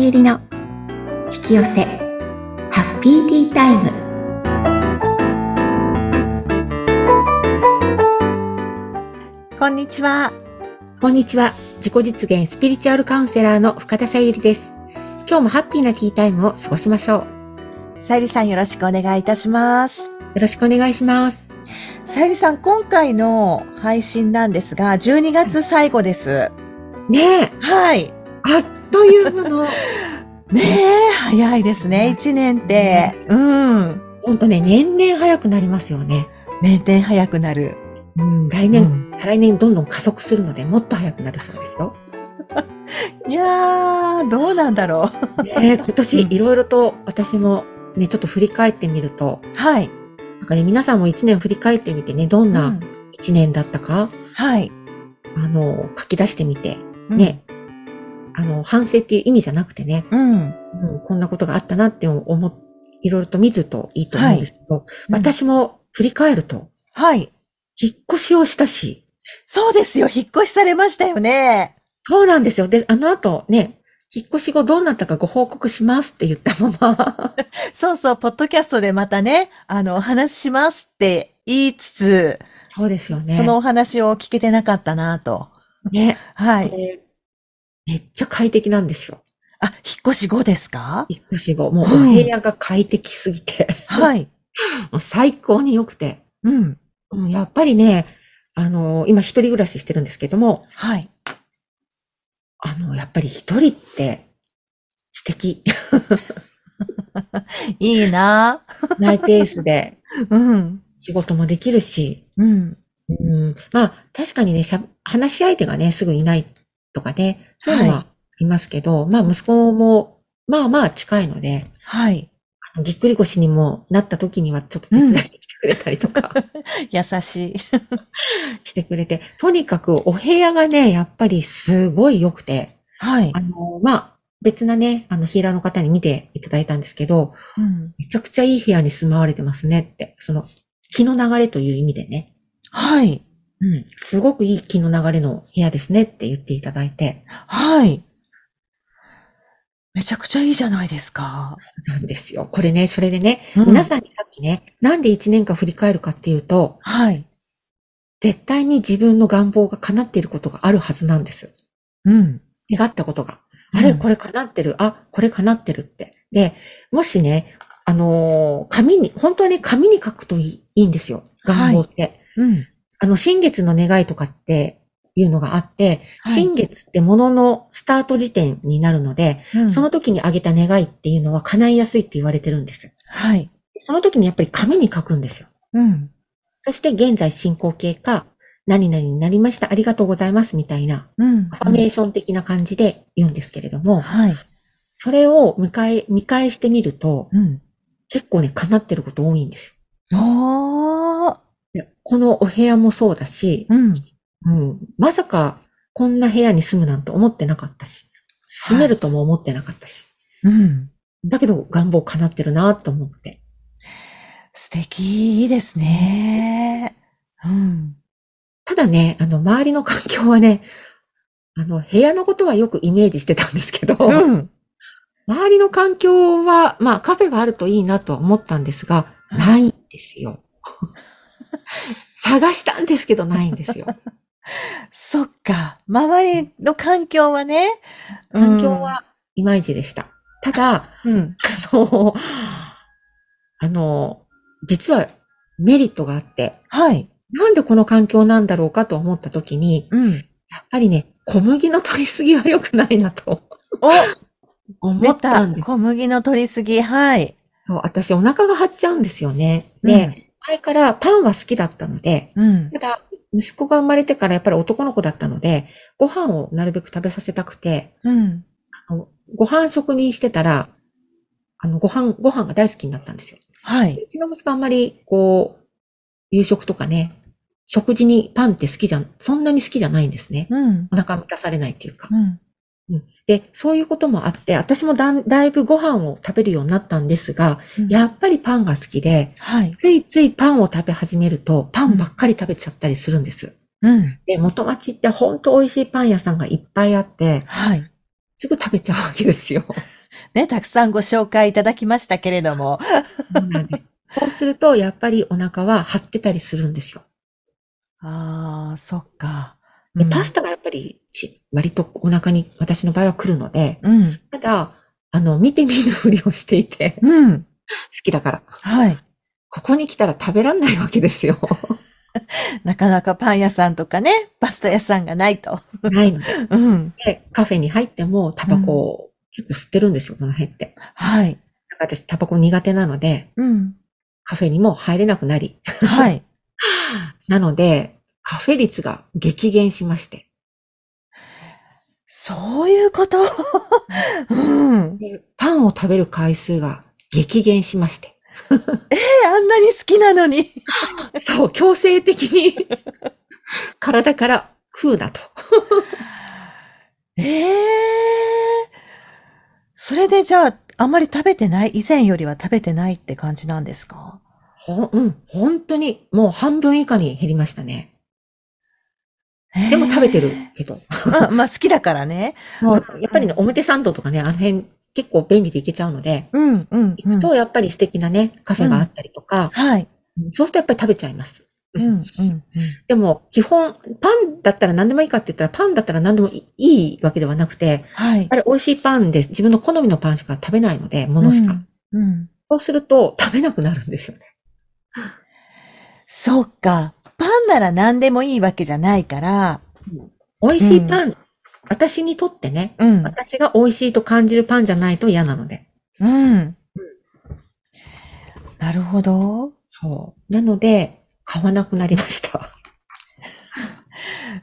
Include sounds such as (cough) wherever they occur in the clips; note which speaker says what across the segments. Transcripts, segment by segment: Speaker 1: ゆりの引き寄せハッピーティータイム
Speaker 2: こんにちは。
Speaker 1: こんにちは自己実現スピリチュアルカウンセラーの深田さゆりです今日もハッピーなティータイムを過ごしましょう
Speaker 2: さゆりさんよろしくお願いいたします。
Speaker 1: よろしくお願いします
Speaker 2: さゆりさん、今回の配信なんですが、12月最後です。
Speaker 1: ねえ
Speaker 2: はい。
Speaker 1: あっという間 (laughs) の
Speaker 2: ねえ、早いですね。1年って。うん。
Speaker 1: ほんとね年々早くなりますよね
Speaker 2: 年々早くなる。
Speaker 1: うん来
Speaker 2: う
Speaker 1: 年、
Speaker 2: ん
Speaker 1: 再来年どんどん加速するのでもっと早くなるそうですよ
Speaker 2: いやー、どうなんだろ
Speaker 1: (laughs) ねえ、今年
Speaker 2: うん
Speaker 1: いろいろと私もね、ちょっと振り返ってみると、
Speaker 2: う。はい。
Speaker 1: なんかね、皆さんも一年振り返ってみてね、どん
Speaker 2: う
Speaker 1: なん一年だったか、
Speaker 2: はい。
Speaker 1: あの、書き出してみて、
Speaker 2: うん
Speaker 1: ね。、あの、反省っていう意味じゃなくてね、
Speaker 2: うん。
Speaker 1: うんこんなことがあったなって思っ、いろいろと見るといいと思うんですけど、私も振り返ると、
Speaker 2: はい。
Speaker 1: 引っ越しをしたし、
Speaker 2: そうですよ。引っ越しされましたよね。
Speaker 1: そうなんですよ。で、あの後ね、引っ越し後どうなったかご報告しますって言ったまま、
Speaker 2: そうそう、ポッドキャストでまたね、あの、お話ししますって言いつつ、
Speaker 1: そうですよね。
Speaker 2: そのお話を聞けてなかったなと。
Speaker 1: ね、
Speaker 2: はい。
Speaker 1: でめっちゃ快適なんですよ。
Speaker 2: あ、引っ越し後ですか
Speaker 1: 引っ越し後。もうお
Speaker 2: うん
Speaker 1: 部屋が快適すぎて、
Speaker 2: はい。
Speaker 1: もう最高に良くて。
Speaker 2: うん。
Speaker 1: うんやっぱりね、あの今一人暮らししてるんですけども、
Speaker 2: はい。
Speaker 1: あのやっぱり一人って素敵
Speaker 2: いいな
Speaker 1: マイペースで
Speaker 2: うん。
Speaker 1: 仕事もできるし、
Speaker 2: うん。
Speaker 1: うん、まあ確かにねしゃ、話し相手がね、すぐいないとかね、そういうの
Speaker 2: は
Speaker 1: はありますけど、まあ息子もまあまあ近いので、
Speaker 2: はい。
Speaker 1: あのぎっくり腰にもなった時にはちょっと手伝ってきてくれたりとか。
Speaker 2: 優しい。
Speaker 1: してくれて、とにかくお部屋がね、やっぱりすごい良くて、
Speaker 2: はい
Speaker 1: あ。の、まあ、別なね、あの、ヒーラーの方に見ていただいたんですけど、
Speaker 2: うん。
Speaker 1: めちゃくちゃいい部屋に住まわれてますねって、その、気の流れという意味でね、
Speaker 2: はい。
Speaker 1: うん、すごくいい気の流れの部屋ですねって言っていただいて、
Speaker 2: はい。めちゃくちゃいいじゃないですか。
Speaker 1: なんですよ。これね、それでね、
Speaker 2: うん
Speaker 1: 皆さんにさっきね、なんで1年間振り返るかっていうと、
Speaker 2: はい。
Speaker 1: 絶対に自分の願望が叶っていることがあるはずなんです。
Speaker 2: うん。
Speaker 1: 願ったことが。あれ、
Speaker 2: うん
Speaker 1: これ叶ってる。あ、これ叶ってるって。で、もしね、あのー紙に、本当はね、紙に書くといいいいんですよ。願望って。
Speaker 2: うん。
Speaker 1: あの、新月の願いとかっていうのがあって、
Speaker 2: はい
Speaker 1: 新月ってもののスタート時点になるので、
Speaker 2: うん
Speaker 1: その、時にあげた願いっていうのは叶いやすいって言われてるんです。
Speaker 2: はい。
Speaker 1: その時にやっぱり紙に書くんですよ。
Speaker 2: うん。
Speaker 1: そして現在進行形か、何々になりました。ありがとうございます。みたいな、
Speaker 2: うん。
Speaker 1: アファメーション的な感じで言うんですけれども、
Speaker 2: はい。
Speaker 1: それを見返見返してみると、
Speaker 2: うん。
Speaker 1: 結構ね、叶ってること多いんです
Speaker 2: おー。
Speaker 1: よ。でこのお部屋もそうだし、
Speaker 2: うん。
Speaker 1: うん、まさかこんな部屋に住むなんて思ってなかったし、住めるとも思ってなかったし、
Speaker 2: うん。
Speaker 1: だけど願望叶ってるなと思って。
Speaker 2: 素敵ですね。うん。
Speaker 1: ただね、あの、周りの環境はね、あの、部屋のことはよくイメージしてたんですけど、
Speaker 2: うん。
Speaker 1: 周りの環境は、まあ、カフェがあるといいなとは思ったんですが、ないんですよ。探したんですけど、ないんですよ。
Speaker 2: そっか。周りの環境はね。
Speaker 1: 環境はいまいちでした。ただ、
Speaker 2: うん。うん。
Speaker 1: あの、あの、実はメリットがあって、
Speaker 2: はい。
Speaker 1: なんでこの環境なんだろうかと思った時に、
Speaker 2: うん。
Speaker 1: (laughs) やっぱりね、小麦の取りすぎは良くないなと
Speaker 2: お
Speaker 1: 思
Speaker 2: 出
Speaker 1: った
Speaker 2: た
Speaker 1: んです
Speaker 2: 小麦の取りすぎ。はい。
Speaker 1: そう私お腹が張っちゃうんですよね。で、前からパンは好きだったので、
Speaker 2: うん。
Speaker 1: ただ、息子が生まれてからやっぱり男の子だったので、ご飯をなるべく食べさせたくて、
Speaker 2: うん。
Speaker 1: あのご飯職人してたら、あの、ご飯、ご飯が大好きになったんですよ。
Speaker 2: はい。
Speaker 1: うちの息子あんまり、こう、夕食とかね、食事にパンって好きじゃん、そんなに好きじゃないんですね。
Speaker 2: うん。
Speaker 1: お腹満たされないっていうか
Speaker 2: う。ん。
Speaker 1: で、そういうこともあって、私もだんだいぶご飯を食べるようになったんですが、
Speaker 2: うん
Speaker 1: やっぱりパンが好きで、
Speaker 2: はい。
Speaker 1: ついついパンを食べ始めると、パンばっかり食べちゃったりするんです。
Speaker 2: うん。
Speaker 1: で、元町ってほんと美味しいパン屋さんがいっぱいあって、
Speaker 2: はい。
Speaker 1: すぐ食べちゃうわけですよ。
Speaker 2: ね、たくさんご紹介いただきましたけれども。
Speaker 1: そうなんです。そうすると、やっぱりお腹は張ってたりするんですよ。
Speaker 2: ああ、そっか。
Speaker 1: で
Speaker 2: うん
Speaker 1: パスタがやっぱりち、割とお腹に私の場合は来るので、
Speaker 2: うん。
Speaker 1: ただ、あの、見て見ぬふりをしていて、好
Speaker 2: うん。
Speaker 1: きだから。
Speaker 2: はい。
Speaker 1: ここに来たら食べらんないわけですよ。
Speaker 2: なかなかパン屋さんとかね、パスタ屋さんがないと。
Speaker 1: ないので。
Speaker 2: うん。
Speaker 1: でカフェに入ってもタバコを結構吸ってるんですよ、この辺って。
Speaker 2: はい。
Speaker 1: だから私タバコ苦手なので、
Speaker 2: うん。
Speaker 1: カフェにも入れなくなり。
Speaker 2: はい。
Speaker 1: なので、カフェ率が激減しまして。
Speaker 2: そういうことうん。
Speaker 1: でパンを食べる回数が激減しま
Speaker 2: (laughs)
Speaker 1: して。
Speaker 2: え、あんなに好きなのに。
Speaker 1: そう、強制的
Speaker 2: (laughs)
Speaker 1: に体から食うなと。
Speaker 2: ええそれでじゃあ、あんまり食べてない以前よりは食べてないって感じなんですか
Speaker 1: ほん、うん、本当にもう半分以下に減りましたね。
Speaker 2: で
Speaker 1: でも食べてるけど。
Speaker 2: まあ、まあ好きだからね。
Speaker 1: もうやっぱりね、表参道とかね、あの辺結構便利で行けちゃうので、
Speaker 2: うん、うん、う
Speaker 1: 行く。
Speaker 2: ん
Speaker 1: とやっぱり素敵なね、カフェがあったりとか、
Speaker 2: はい。
Speaker 1: そうするとやっぱり食べちゃいます。
Speaker 2: うん、うん、うん。
Speaker 1: でも、基本、パンだったら何でもいいかって言ったら、パンだったら何でもいいいいわけではなくて、
Speaker 2: はい
Speaker 1: あ。れ美味しいパンです。自分の好みのパンしか食べないので、ものしか。
Speaker 2: うん。うん。
Speaker 1: そうすると、食べなくなるんですよね。
Speaker 2: そうか。パンなら何でもいいわけじゃないから。
Speaker 1: 美味しいパン、私にとってね、
Speaker 2: うん。
Speaker 1: 私が美味しいと感じるパンじゃないと嫌なので。
Speaker 2: うん。なるほど。
Speaker 1: そう。なので、買わなくなりま (laughs) した。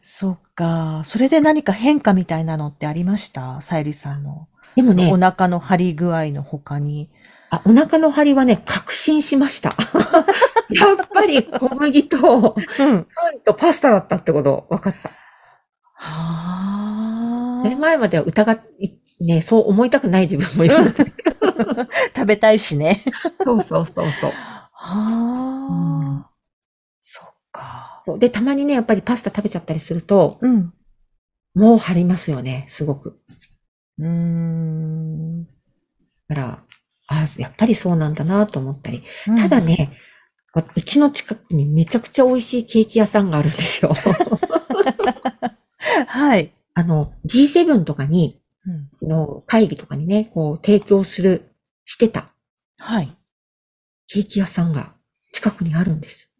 Speaker 2: そっか。それで何か変化みたいなのってありましたさゆりさんの。
Speaker 1: でもね
Speaker 2: そのお、腹の張り具合の他に。
Speaker 1: あ、お腹の張りはね、確信しま (laughs) した。やっぱり小麦と、
Speaker 2: うん。は
Speaker 1: パンとパスタだったってこと、分かった。
Speaker 2: あ
Speaker 1: それ前までは疑っ、いね、そう思いたくない自分もいるので。
Speaker 2: 食べたいしね。
Speaker 1: (laughs) そうそうそうそう。
Speaker 2: はあ。そっか。
Speaker 1: そう。で、たまにね、やっぱりパスタ食べちゃったりすると、
Speaker 2: うん。
Speaker 1: もう張りますよね、すごく。
Speaker 2: うーん。
Speaker 1: だから、あ、やっぱりそうなんだなと思ったり。
Speaker 2: うん
Speaker 1: ただ、ね、わうちの近くにめちゃくちゃ美味しいケーキ屋さんがあるん (laughs) ですよ。
Speaker 2: はい。
Speaker 1: あの、G7 とかに、
Speaker 2: うん
Speaker 1: の会議とかにね、こう提供する、してた
Speaker 2: はい。
Speaker 1: ケーキ屋さんが近くにあるんです。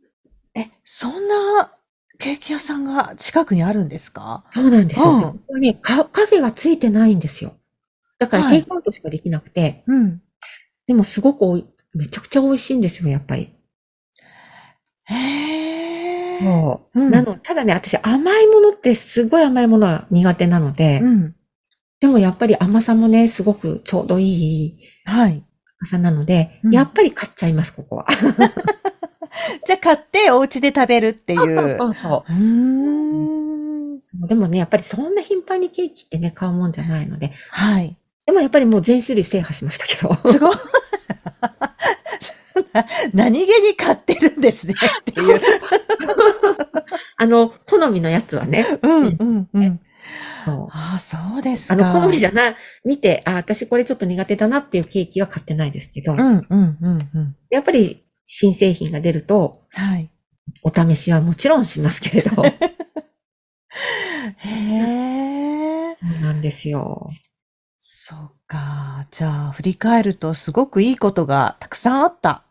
Speaker 2: え、そんなケーキ屋さんが近くにあるんですか
Speaker 1: そうなんですよ。
Speaker 2: うん
Speaker 1: でここはねカ、カフェがついてないんですよ。だから
Speaker 2: はい
Speaker 1: テイクアウトしかできなくて、
Speaker 2: うん。
Speaker 1: でもすごくおいめちゃくちゃ美味しいんですよ、やっぱり。
Speaker 2: へえ。
Speaker 1: そう
Speaker 2: うん
Speaker 1: なの、ただね、私甘いものってすごい甘いものは苦手なので、
Speaker 2: うん。
Speaker 1: でもやっぱり甘さもね、すごくちょうどいい
Speaker 2: はい。
Speaker 1: 甘さなので、
Speaker 2: うん
Speaker 1: やっぱり買っちゃいます、ここは。
Speaker 2: じゃあ買ってお家で食べるっていう。う。
Speaker 1: う (laughs) そう
Speaker 2: ーん。
Speaker 1: う。でもね、やっぱりそんな頻繁にケーキってね、買うもんじゃないので、
Speaker 2: はい。
Speaker 1: でもやっぱりもう全種類制覇しましたけど。
Speaker 2: すごい。何気に買ってるんですね。っていう。
Speaker 1: あの、好みのやつはね。
Speaker 2: うん、うん、うん。
Speaker 1: そう
Speaker 2: ああ、そうです
Speaker 1: あ
Speaker 2: か。
Speaker 1: の、好みじゃない、見て、あ、私これちょっと苦手だなっていうケーキは買ってないですけど、
Speaker 2: うん、うん、うん、うん。
Speaker 1: やっぱり新製品が出ると、
Speaker 2: はい。
Speaker 1: お試しはもちろんしますけれ
Speaker 2: (laughs)
Speaker 1: ど、そ
Speaker 2: へえ。
Speaker 1: うなんですよ。
Speaker 2: そうか。じゃあ、振り返るとすごくいいことがたくさんあった。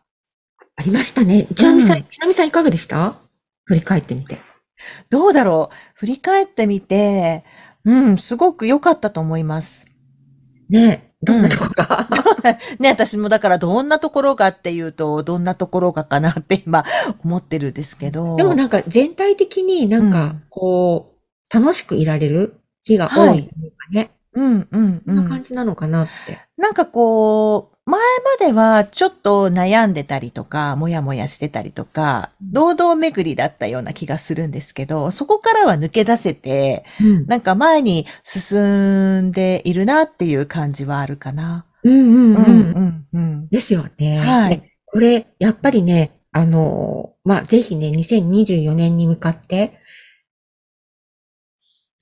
Speaker 1: ありましたね。ちなみさん、
Speaker 2: うん
Speaker 1: ちなみさんいかがでした振り返ってみて。
Speaker 2: どうだろう振り返ってみて、うん、すごく良かったと思います。
Speaker 1: ねえ、どんなとこが、
Speaker 2: ね、私もだからどんなところがっていうと、どんなところがかなって今思ってるんですけど。
Speaker 1: でもなんか全体的になん
Speaker 2: う
Speaker 1: か
Speaker 2: ん、
Speaker 1: こう、楽しくいられる日が多いというかね、
Speaker 2: うん、うん、
Speaker 1: そ
Speaker 2: うん
Speaker 1: なん感。じなのかなって。
Speaker 2: なんかこう、前まではちょっと悩んでたりとか、もやもやしてたりとか、堂々巡りだったような気がするんですけど、そこからは抜け出せて、
Speaker 1: うん
Speaker 2: なんか前に進んでいるなっていう感じはあるかな。
Speaker 1: うんうん
Speaker 2: う
Speaker 1: うん
Speaker 2: ん、うん、うん。
Speaker 1: ですよね。
Speaker 2: はい
Speaker 1: で。これ、やっぱりね、あのーまあ、ぜひね、2024年に向かって、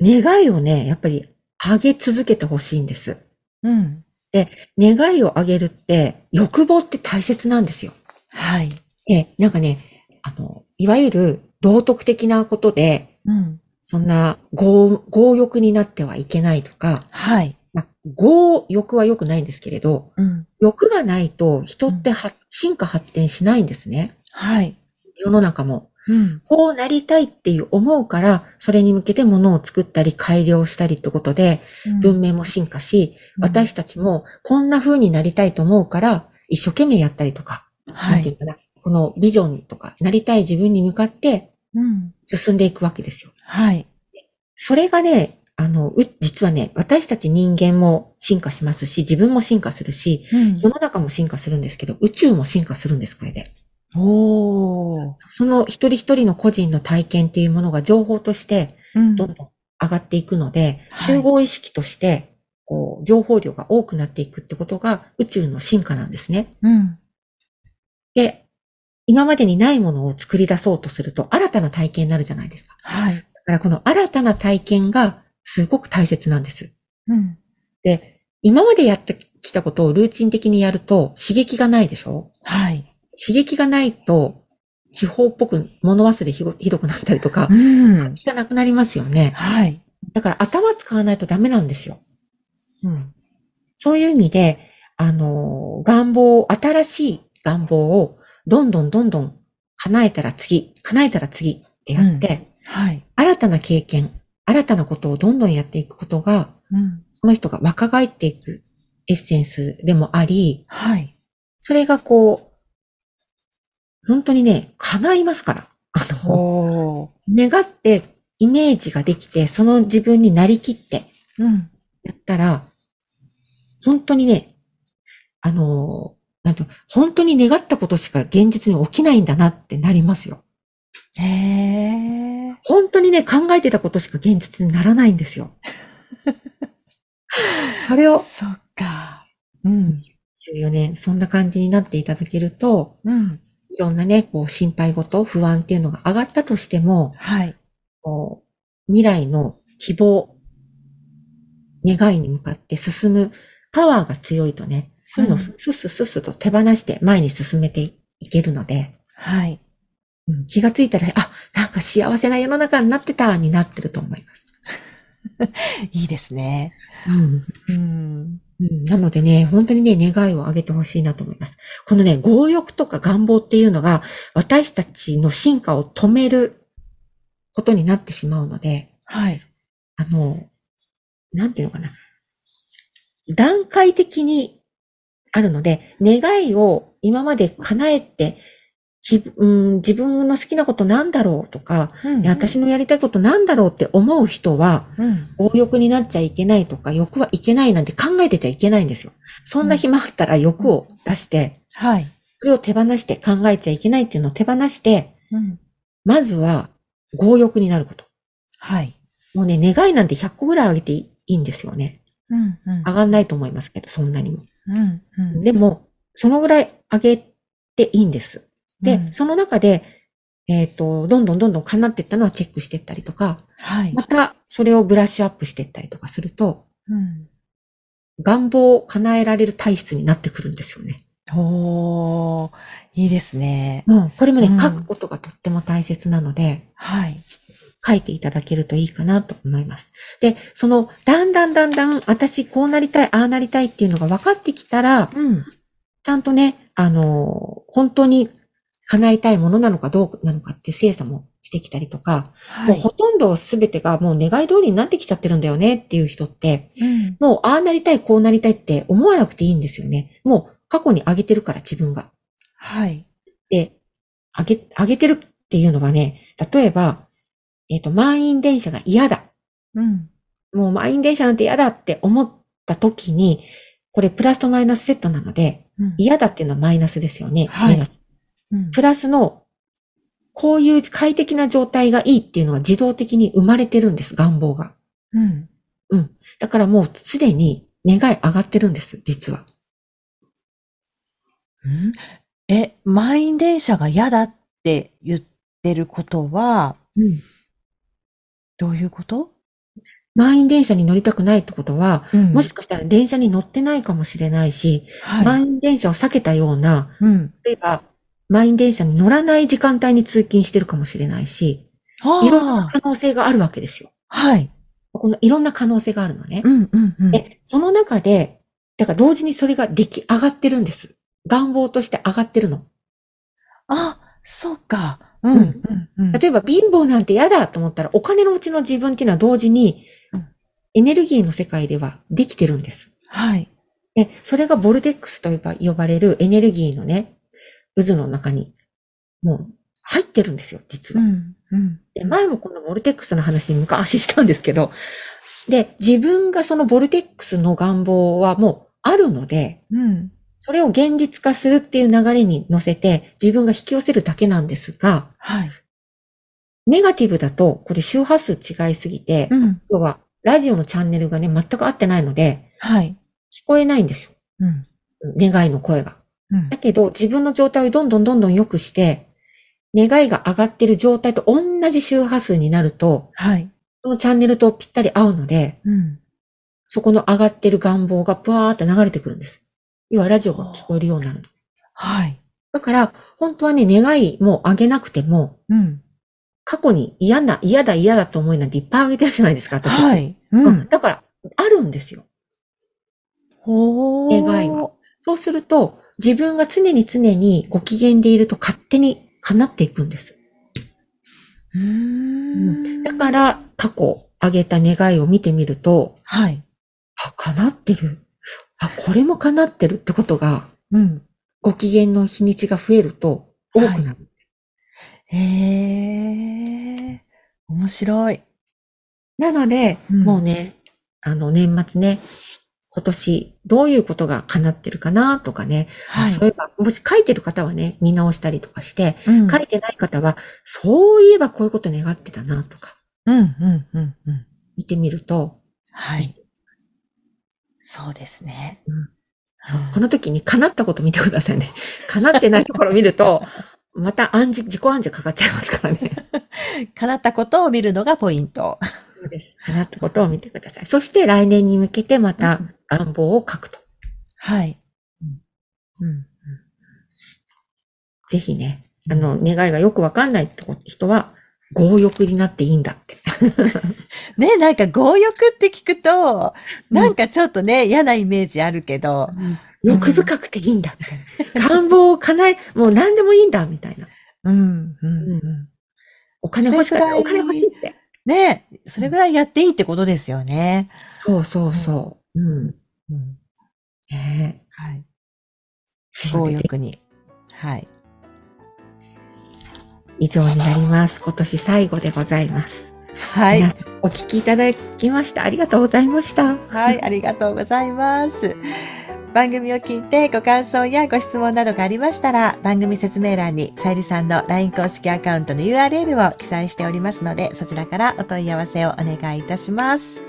Speaker 1: 願いをね、やっぱり上げ続けてほしいんです。
Speaker 2: うん。
Speaker 1: 願いを上げるって、欲望って大切なんですよ。
Speaker 2: はい。
Speaker 1: ええ、なんかね、あの、いわゆる道徳的なことで、
Speaker 2: うん。
Speaker 1: そんな強、強欲になってはいけないとか、
Speaker 2: はい。
Speaker 1: まあ、強欲は良くないんですけれど、
Speaker 2: うん。
Speaker 1: 欲がないと人っては、進化発展しないんですね。
Speaker 2: はい。
Speaker 1: 世の中も。
Speaker 2: うん。
Speaker 1: こうなりたいっていう思うから、それに向けて物を作ったり改良したりってことで、文明も進化し、
Speaker 2: うん
Speaker 1: 私たちもこんな風になりたいと思うから、一生懸命やったりとか、
Speaker 2: は
Speaker 1: なんてい
Speaker 2: い。
Speaker 1: うかな、このビジョンとか、なりたい自分に向かって
Speaker 2: うん。
Speaker 1: 進んでいくわけですよ。
Speaker 2: はい。
Speaker 1: それがね、あの、う実はね、私たち人間も進化しますし、自分も進化するし、
Speaker 2: うん
Speaker 1: 世の中も進化するんですけど、宇宙も進化するんです、これで。
Speaker 2: おー。
Speaker 1: その一人一人の個人の体験っていうものが情報として、
Speaker 2: うん
Speaker 1: どんどん上がっていくので、
Speaker 2: はい
Speaker 1: 集合意識として、こう、情報量が多くなっていくってことが宇宙の進化なんですね。
Speaker 2: うん。
Speaker 1: で、今までにないものを作り出そうとすると、新たな体験になるじゃないですか。
Speaker 2: はい。
Speaker 1: だからこの新たな体験がすごく大切なんです。
Speaker 2: うん。
Speaker 1: で、今までやってきたことをルーチン的にやると刺激がないでしょ
Speaker 2: はい。
Speaker 1: 刺激がないと、地方っぽく物忘れひごひどくなったりとか、
Speaker 2: ん。
Speaker 1: 気がなくなりますよね。
Speaker 2: はい。
Speaker 1: だから頭使わないとダメなんですよ。
Speaker 2: うん。
Speaker 1: そういう意味で、あの、願望を、新しい願望を、どんどんどんどん叶えたら次、叶えたら次ってやって、
Speaker 2: はい。
Speaker 1: 新たな経験、新たなことをどんどんやっていくことが、
Speaker 2: うん。
Speaker 1: その人が若返っていくエッセンスでもあり、
Speaker 2: はい。
Speaker 1: それがこう、本当にね、叶いますから。あの、
Speaker 2: おー。
Speaker 1: 願ってイメージができて、その自分になりきって、
Speaker 2: うん。
Speaker 1: やったら、本当にね、あの、なんと、本当に願ったことしか現実に起きないんだなってなりますよ。
Speaker 2: へー。
Speaker 1: 本当にね、考えてたことしか現実にならないんですよ。それを、
Speaker 2: そっか。うん。
Speaker 1: 14年、そんな感じになっていただけると、
Speaker 2: うん。
Speaker 1: いろんなね、こう、心配事、不安っていうのが上がったとしても、
Speaker 2: はい。
Speaker 1: こう未来の希望、願いに向かって進むパワーが強いとね、そういうのを
Speaker 2: うん
Speaker 1: スッスッスッスッと手放して前に進めていけるので、
Speaker 2: はい。
Speaker 1: うん気がついたら、あ、なんか幸せな世の中になってた、になってると思います。
Speaker 2: いいですね。
Speaker 1: うん
Speaker 2: うん。
Speaker 1: うんなのでね、本当にね、願いを上げてほしいなと思います。このね、強欲とか願望っていうのが、私たちの進化を止めることになってしまうので、
Speaker 2: はい。
Speaker 1: あの、なんていうのかな。段階的にあるので、願いを今まで叶えて、自うん、自分の好きなことなんだろうとか、
Speaker 2: う
Speaker 1: い
Speaker 2: ん
Speaker 1: や私のやりたいことなんだろうって思う人は、
Speaker 2: うん。
Speaker 1: 強欲になっちゃいけないとか、欲はいけないなんて考えてちゃいけないんですよ。そんな暇あったら欲を出して、
Speaker 2: はい。
Speaker 1: それを手放して考えちゃいけないっていうのを手放して、
Speaker 2: うん。
Speaker 1: まずは、強欲になること。
Speaker 2: はい。
Speaker 1: もうね、願いなんて100個ぐらいあげていいんですよね。
Speaker 2: うん。うん。
Speaker 1: 上がんないと思いますけど、そんなにも。
Speaker 2: うん。うん。
Speaker 1: でも、そのぐらい上げていいんです。で、
Speaker 2: うん
Speaker 1: その中で、えっ、と、どんどんどんどん叶っていったのはチェックしていったりとか、
Speaker 2: はい
Speaker 1: ま。たそれをブラッシュアップしていったりとかすると、
Speaker 2: うん。
Speaker 1: 願望を叶えられる体質になってくるんですよね。
Speaker 2: おー。いいですね。
Speaker 1: うん。これもね、
Speaker 2: うん
Speaker 1: 書くことがとっても大切なので、
Speaker 2: はい。
Speaker 1: 書いていただけるといいかなと思います。で、その、だんだんだんだん、私こうなりたい、ああなりたいっていうのが分かってきたら、
Speaker 2: うん。
Speaker 1: ちゃんとね、あの、本当に叶えたいものなのかどうなのかっていう精査もしてきたりとか、
Speaker 2: は
Speaker 1: もうほとんど全てがもう願い通りになってきちゃってるんだよねっていう人って、
Speaker 2: い。うん。
Speaker 1: もうああなりたい、こうなりたいって思わなくていいんですよね。もう過去にあげてるから自分が。
Speaker 2: はい。
Speaker 1: で、あげ、あげてるっていうのはね、例えば、えっ、と、満員電車が嫌だ。
Speaker 2: うん。
Speaker 1: もう満員電車なんて嫌だって思った時に、これプラスとマイナスセットなので、
Speaker 2: うん。
Speaker 1: 嫌だっていうのはマイナスですよね。
Speaker 2: はい
Speaker 1: ネガ
Speaker 2: うん
Speaker 1: プラスの、こういう快適な状態がいいっていうのは自動的に生まれてるんです、願望が。
Speaker 2: うん。
Speaker 1: だからもうすでに願い上がってるんです、実は。
Speaker 2: うんえ、満員電車が嫌だって言ってることは、
Speaker 1: うん。
Speaker 2: どういうこと
Speaker 1: 満員電車に乗りたくないってことは、
Speaker 2: うん
Speaker 1: もしかしたら電車に乗ってないかもしれないし、
Speaker 2: はい。
Speaker 1: 満員電車を避けたような、
Speaker 2: うん。
Speaker 1: 例えば満員電車に乗らない時間帯に通勤してるかもしれないし、いろんな
Speaker 2: はあ。
Speaker 1: 可能性があるわけですよ。
Speaker 2: はい。
Speaker 1: このいろんな可能性があるのね
Speaker 2: う。んうんうん。
Speaker 1: で、その中で、だから同時にそれが出来上がってるんです。願望として上がってるの。
Speaker 2: あ、そうか。うんうんうん。
Speaker 1: 例えば貧乏なんて嫌だと思ったら、お金のうちの自分っていうのは同時に
Speaker 2: うん、
Speaker 1: エネルギーの世界ではできてるんです。
Speaker 2: はい。
Speaker 1: で、それがボルテックスと呼ば呼ばれるエネルギーのね、渦の中に、もう入ってるんですよ、実
Speaker 2: う
Speaker 1: は。
Speaker 2: んうん。
Speaker 1: で、前もこのボルテックスの話昔したんですけど、で、自分がそのボルテックスの願望はもうあるので、
Speaker 2: うん。
Speaker 1: それを現実化するっていう流れに乗せて自分が引き寄せるだけなんですが、
Speaker 2: はい。
Speaker 1: ネガティブだと、これ周波数違いすぎて、
Speaker 2: うん。
Speaker 1: 要はラジオのチャンネルがね、全く合ってないので、
Speaker 2: はい。
Speaker 1: 聞こえないんですよ。
Speaker 2: うん。
Speaker 1: 願いの声が。
Speaker 2: うん
Speaker 1: だ。けど、自分の状態をどんどんどんどん良くして、願いが上がってる状態と同じ周波数になると、
Speaker 2: はい。
Speaker 1: そのチャンネルとぴったり合うので、
Speaker 2: うん。
Speaker 1: そこの上がってる願望がぷわーって流れてくるんです。要はラジオが聞こえるようになるの。
Speaker 2: はい。
Speaker 1: だから、本当はね、願いも上げなくても、
Speaker 2: うん。
Speaker 1: 過去に嫌な、嫌だ嫌だと思いなんていっぱいあげてるじゃないですか、私たち。
Speaker 2: はい。う
Speaker 1: うん
Speaker 2: ん。
Speaker 1: だから、あるんですよ。
Speaker 2: ほー。
Speaker 1: 願いは。そうすると、自分が常に常にご機嫌でいると勝手に叶っていくんです。
Speaker 2: うーん。
Speaker 1: だから、過去あげた願いを見てみると、
Speaker 2: はい。
Speaker 1: あ、叶ってる。あ、これも叶ってるってことが、
Speaker 2: うん。
Speaker 1: ご機嫌の日にちが増えると多くなる。
Speaker 2: へえ。面白い。
Speaker 1: なので、
Speaker 2: うん
Speaker 1: もうね、あの、年末ね、今年どういうことが叶ってるかなとかね、
Speaker 2: は
Speaker 1: そういえば、もし書いてる方はね、見直したりとかして、
Speaker 2: うん。
Speaker 1: 書いてない方は、そういえばこういうこと願ってたなとか、
Speaker 2: うん、うん、うん、うん。
Speaker 1: 見てみると、
Speaker 2: はい。そうですね。
Speaker 1: うん
Speaker 2: うん
Speaker 1: この時に叶ったこと見てくださいね。 (laughs) 叶ってないところを見ると、また暗示、自己暗示かかっちゃいますからね。
Speaker 2: (laughs) 叶ったことを見るのがポイント。
Speaker 1: そうです。叶ったことを見てください。そして来年に向けてまた願望を書くと。
Speaker 2: (laughs) はい。うん。
Speaker 1: ぜひね、あの、願いがよくわかんないってこ人は、強欲になっていいんだって。
Speaker 2: ね、なんか強欲って聞くと、なんかちょっとね、嫌なイメージあるけど、うん
Speaker 1: 欲深くていいんだみたいな。願望を叶え、もう何でもいいんだみたいな。
Speaker 2: うん、うん、うん。
Speaker 1: お金欲しかっ
Speaker 2: それ
Speaker 1: た。
Speaker 2: くらい
Speaker 1: お金欲しいって。
Speaker 2: ね、それぐらいやっていいってことですよね。
Speaker 1: そうそうそう。うん。
Speaker 2: うん。
Speaker 1: ね
Speaker 2: はい。
Speaker 1: え
Speaker 2: 強欲に。はい。
Speaker 1: 以上になります。今年最後でございます。
Speaker 2: はい
Speaker 1: 皆。さんお聞きいただきました。ありがとうございました。
Speaker 2: はい、ありがとうございます。番組を聞いてご感想やご質問などがありましたら、番組説明欄にさゆりさんの LINE 公式アカウントの URL を記載しておりますので、そちらからお問い合わせをお願いいたします。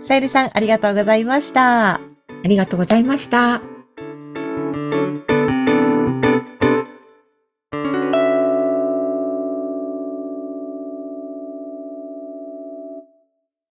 Speaker 2: さゆりさん、ありがとうございました。
Speaker 1: ありがとうございました。